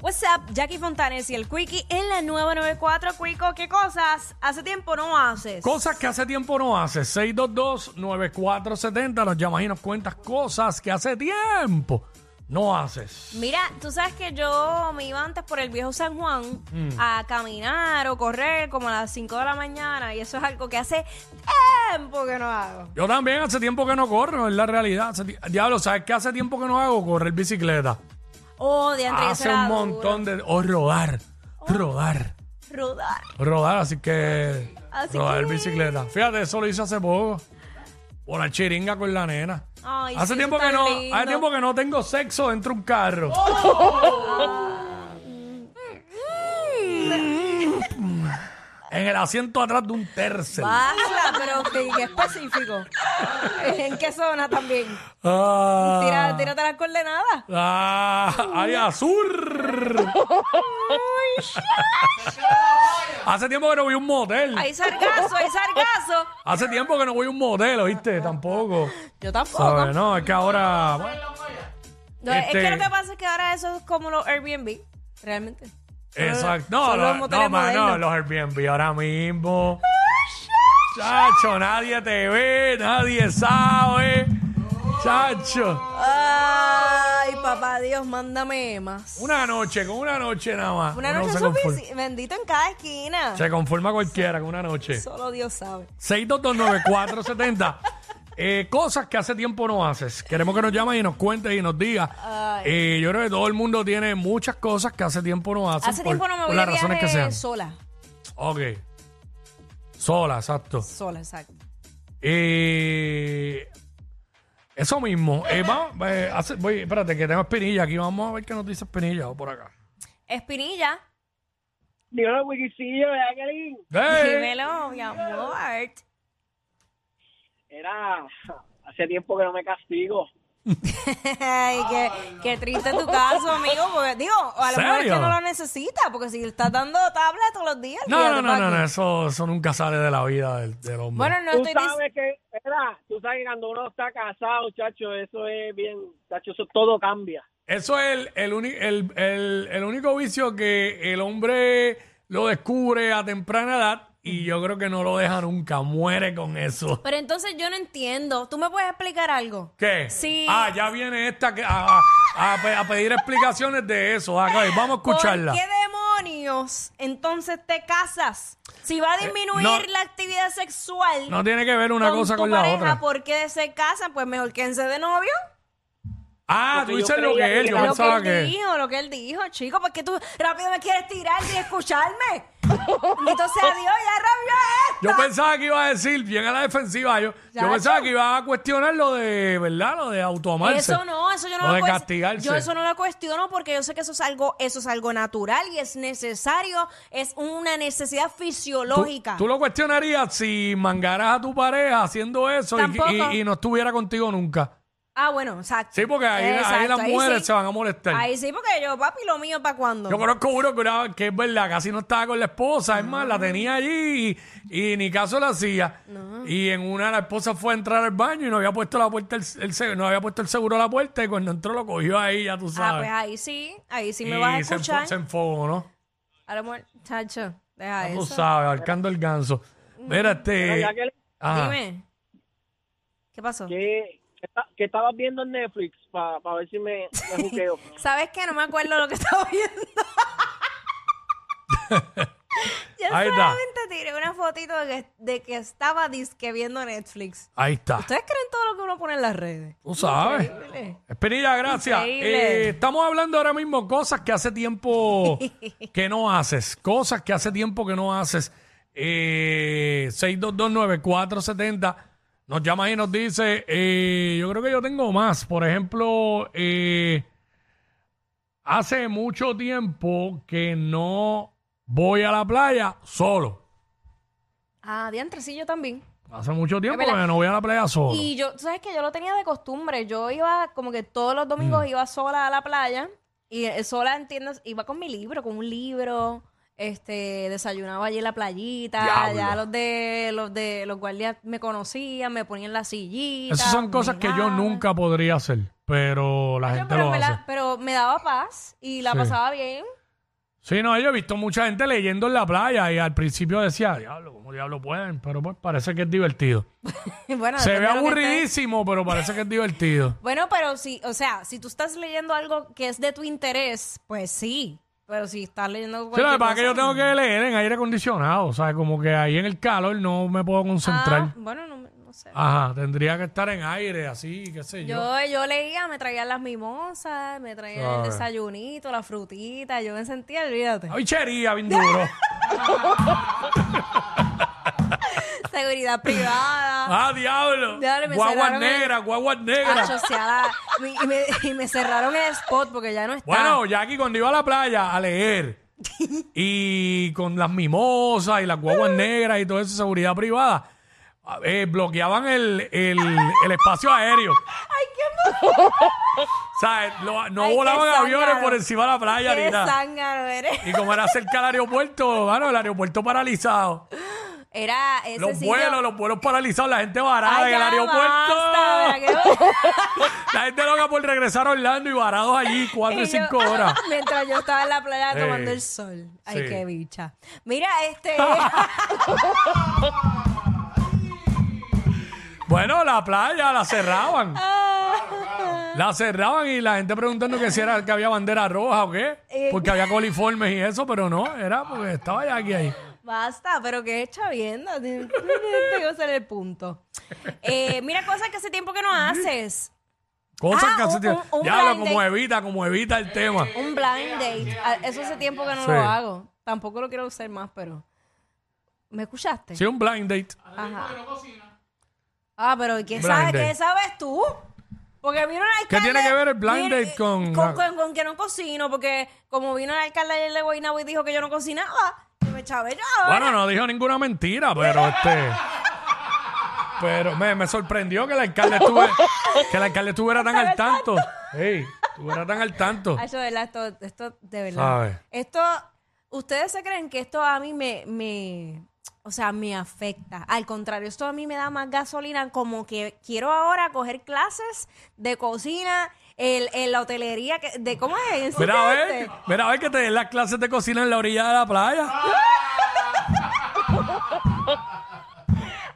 What's up, Jackie Fontanes y el Quickie en la 994. Quico, ¿qué cosas hace tiempo no haces? Cosas que hace tiempo no haces. 622-9470. Nos llamas y nos cuentas cosas que hace tiempo no haces. Mira, tú sabes que yo me iba antes por el viejo San Juan Mm. a caminar o correr como a las 5 de la mañana y eso es algo que hace tiempo que no hago. Yo también hace tiempo que no corro, es la realidad. Hace ti- Diablo, ¿sabes qué hace tiempo que no hago? Correr bicicleta. Oh, de entre hace un montón de... O rodar. Rodar. Rodar. Rodar, así que... Así rodar que- bicicleta. Fíjate, eso lo hice hace poco. Por la chiringa con la nena. Ay, hace sí, tiempo eso que está no... lindo. Hace tiempo que no tengo sexo dentro de un carro. Oh. En el asiento atrás de un tercer. Basta, pero sí, qué específico. ¿En qué zona también? Ah. Tira, tírate las coordenadas. Ah, área sur. Hace tiempo que no voy a un motel. Hay sargazo, hay sargazo. Hace tiempo que no voy a un motel, ¿oíste? Tampoco. Yo tampoco. ¿Sabes? No, es que ahora. bueno, No, es- Es Este- que lo que pasa es que ahora eso es como los Airbnb, realmente. exacto. No, son los no, moteles no, ma, no, modernos. los Airbnb ahora mismo. Chacho, nadie te ve, nadie sabe. Chacho. Ay, papá Dios, mándame más. Una noche, con una noche nada más. Una Uno noche se conforma. suficiente. Bendito en cada esquina. Se conforma cualquiera con una noche. Solo Dios sabe. 6229470. Eh, cosas que hace tiempo no haces. Queremos que nos llames y nos cuentes y nos digas. Eh, yo creo que todo el mundo tiene muchas cosas que hace tiempo no haces. Hace tiempo no me voy las de razones que viaje sean. sola. Ok. Sola, exacto. Sola, exacto. Eh, eso mismo. Eh, vamos, eh, hace- voy, espérate, que tengo espinilla aquí. Vamos a ver qué nos dice espinilla por acá. Espinilla. Digo los wikicillos, ¿verdad, Kelly? ¡Ey! Dímelo, mi amor. Era hace tiempo que no me castigo. Ay, qué, qué triste tu caso, amigo. Porque, digo, a lo mejor es que ¿Serio? no lo necesita, porque si le estás dando tabla todos los días. No, no, olvídate, no, no, papi. no, Eso, eso nunca sale de la vida del, del hombre. Bueno, no Tú estoy diciendo. sabes que, era, tú sabes que cuando uno está casado, chacho, eso es bien, chacho, eso todo cambia. Eso es el, el, uni- el- el- el único vicio que el hombre lo descubre a temprana edad y yo creo que no lo deja nunca, muere con eso. Pero entonces yo no entiendo. ¿Tú me puedes explicar algo? ¿Qué? Sí. Ah, ya viene esta que, a, a- a pe- a pedir explicaciones de eso. Ah, ok, vamos a escucharla. ¿Por qué demonios entonces te casas? Si va a disminuir Eh, no. la actividad sexual No tiene que ver una con cosa tu con la pareja, otra. ¿por qué se casan? Pues mejor quédense de novio. Ah, Porque tú yo dices lo creía que él, que yo era Lo que pensaba él que... dijo, lo que él dijo, chico, porque tú rápido me quieres tirar sin escucharme. Entonces, adiós, ya rabió Yo pensaba que iba a decir, bien a la defensiva, yo, yo Chacho. pensaba que iba a cuestionar lo de, ¿verdad? Lo de autoamarse. Eso no, eso yo no Lo lo, de cues- castigarse. Yo eso no lo cuestiono porque yo sé que eso es algo, eso es algo natural y es necesario, es una necesidad Tú- fisiológica. Tú, lo cuestionarías si mangaras a tu pareja haciendo eso y- Tampoco. y, y no estuviera contigo nunca. Ah, bueno, exacto. Sí, porque ahí, ahí Exacto, las mujeres sí. se van a molestar. Ahí sí, porque yo, papi, lo mío, ¿para cuándo? Yo conozco uno que, era- que es verdad, casi no estaba con la esposa, es más, Ah. la tenía allí y, y ni caso la hacía. Y en una la esposa fue a entrar al baño y no había puesto la puerta el, el se- no había puesto el seguro a la puerta y cuando entró lo cogió ahí, ya tú ah, sabes. pues ahí sí, ahí sí y me vas a se enfo- escuchar. se enfogó, ¿no? A lo mejor, chacho, deja Ya Tú eso. sabes, ahorcando el ganso. Mira, este... Ya, Kelly, ajá. Dime. ¿Qué pasó? ¿qué, qué, esta- qué estabas viendo en Netflix para ver si me, me juqueo? ¿Sabes qué? No me acuerdo lo que estaba viendo. Yo Ahí está. solamente tiré una fotito de que, de que estaba disque viendo Netflix. Ahí está. ¿Ustedes creen todo lo que uno pone en las redes? Tú sabes. Increíble. Espinilla, gracias. Increíble. Eh, estamos hablando ahora mismo cosas que hace tiempo que no haces. Cosas que hace tiempo que no haces. Eh, 6229470 nos llama y nos dice, eh, yo creo que yo tengo más. Por ejemplo, eh, hace mucho tiempo que no voy a la playa solo. Ah, diantre, sí, yo también. Hace mucho tiempo verdad. que no voy a la playa solo. Y yo, tú sabes que yo lo tenía de costumbre. Yo iba como que todos los domingos Mm. iba sola a la playa y eh, sola, entiendes, iba con mi libro, con un libro. Este, desayunaba allí en la playita, Diablo. ya los de los de los guardias me conocían, me ponían la sillita. Esas son me cosas que yo miraban. nunca podría hacer, pero la Yo, gente pero, lo me hace. la- pero me daba paz y la Sí. pasaba bien. Sí, no, yo he visto mucha gente leyendo en la playa y al principio decía, diablo, ¿cómo diablo pueden? Pero pues parece que es divertido. bueno, Se depende de lo ve que estés. aburridísimo, pero parece que es divertido. Bueno, pero si, o sea, si tú estás leyendo algo que es de tu interés, pues sí. Pero si estás leyendo Sí, lo que cualquier pasa es que yo cosa, tengo que leer en aire acondicionado, o sea, como que ahí en el calor no me puedo Ah, concentrar. bueno, no, me- no sé. Ajá, tendría que estar en aire, así, qué sé Ah, yo. Ah. Yo, yo leía, me traían las mimosas, me traían el Suave. desayunito, la frutita, yo me sentía, olvídate. La bichería, bien duro. Seguridad privada. ¡Ah, diablo! Diablo, me Guaguas cerraron el- negras, guaguas negras. acho, sea, la- mi- y, me, y me cerraron el spot porque ya no está. Bueno, Jackie cuando iba a la playa a leer y con las mimosas y las Ah. guaguas negras y todo eso, seguridad privada, a- eh, bloqueaban el, el, el espacio aéreo. O Ay, qué sea, lo- no Ay, qué volaban aviones zángano. por encima de la playa ni qué nada. zángano eres. Y como era cerca del aeropuerto, bueno, el aeropuerto paralizado. Era ese Los sitio- vuelos, los vuelos paralizados, la gente varada Ay, en el ya aeropuerto. basta, ¿verdad que- La gente loca por regresar a Orlando y varados allí cuatro y Y yo- cinco horas. Mientras yo estaba en la playa Sí. tomando el sol. Ay, Sí. qué bicha. Mira, este. Bueno, la playa la cerraban. Ah. La cerraban y la gente preguntando que si era que había bandera roja o qué. Eh. Porque había coliformes y eso, pero no, era porque estaba ya aquí ahí. Basta, pero qué chavienda. Digo, ese era el punto. Eh, mira cosas que hace tiempo que no haces. Cosas Ah, que hace un- tiempo- un- un Diablo, blind como date. evita, como evita el tema. Un blind date. Ah, Eso hace tiempo que no Sí. lo hago. Tampoco lo quiero usar más, pero. ¿Me escuchaste? Sí, un blind date. Ajá. Ah, pero ¿y ¿qué Blind sabes, date. ¿qué sabes tú? Porque vino el alcalde. eh, ¿Qué tiene que ver el blind date con- Con, con- con que no cocino, porque como vino el alcalde ayer de Guaynabo y dijo que yo no cocinaba, yo me chavé Bueno, no dijo ninguna mentira, pero este. Pero me, me sorprendió que el alcalde estuve, que el alcalde estuviera tan al tanto. Ey, estuviera tan al tanto. Ay, yo, de verdad, esto, esto, de verdad. Sabe. Esto, ustedes se creen que esto a mí me, me, o sea, me afecta. Al contrario, esto a mí me da más gasolina, como que quiero ahora coger clases de cocina, el, en la hotelería, que, de cómo es. Mira a ¿Existe? ver, mira a ver que te den las clases de cocina en la orilla de la playa.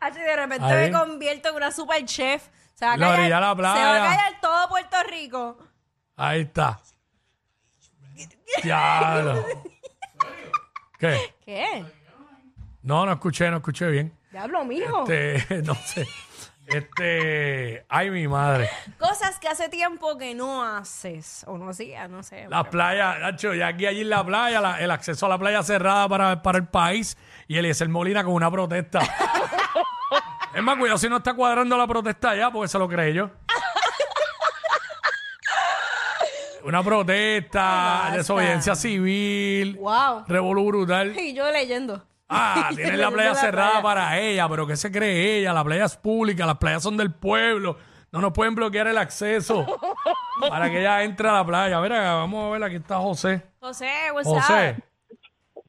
Ah, sí, de repente Ahí. me convierto en una super chef. Se va a La callar, orilla de la Se va playa. a callar todo Puerto Rico. Ahí está. Diablo. ¿Qué? ¿Qué? No, no escuché, no escuché bien. Diablo, mijo. Este, no sé. Este, ay, mi madre. Cosas que hace tiempo que no haces. O no hacías, no sé. Las playas, Nacho, y aquí allí en la playa, la- el acceso a la playa cerrada para, para el país y Eliezer Molina con una protesta. es más, cuidado si no está cuadrando la protesta ya, porque se lo cree yo. una protesta, Basta. desobediencia civil, Wow. revolú brutal. Y yo leyendo. Ah, Yo tienen la leyendo playa cerrada playa. para ella, pero ¿qué se cree ella? La playa es pública, las playas son del pueblo. No nos pueden bloquear el acceso para que ella entre a la playa. Mira, vamos a ver, aquí está José. José, what's José, up?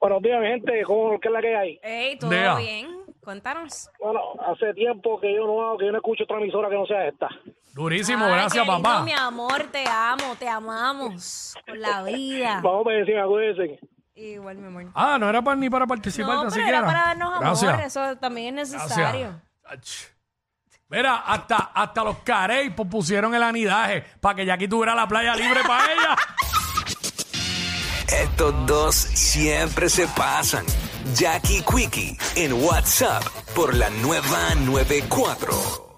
Buenos días, mi gente. ¿Cómo, ¿Qué es la que hay? Ey, ¿todo Diga. bien? Cuéntanos. Bueno, hace tiempo que yo no hago, que yo no escucho otra emisora que no sea esta. durísimo, Ay, gracias qué lindo, papá. mi amor, te amo, te amamos. Por la vida. Vamos a decir, acuérdense. Igual, mi amor. Ah, no era para, ni para participar No, ni pero siquiera. era para darnos gracias. amor. Eso también es necesario. Gracias. Ach. Mira, hasta, hasta los carey pues, pusieron el anidaje para que Jackie tuviera la playa libre para ella. Estos dos siempre se pasan. Jackie Quickie en WhatsApp por la nueva 94.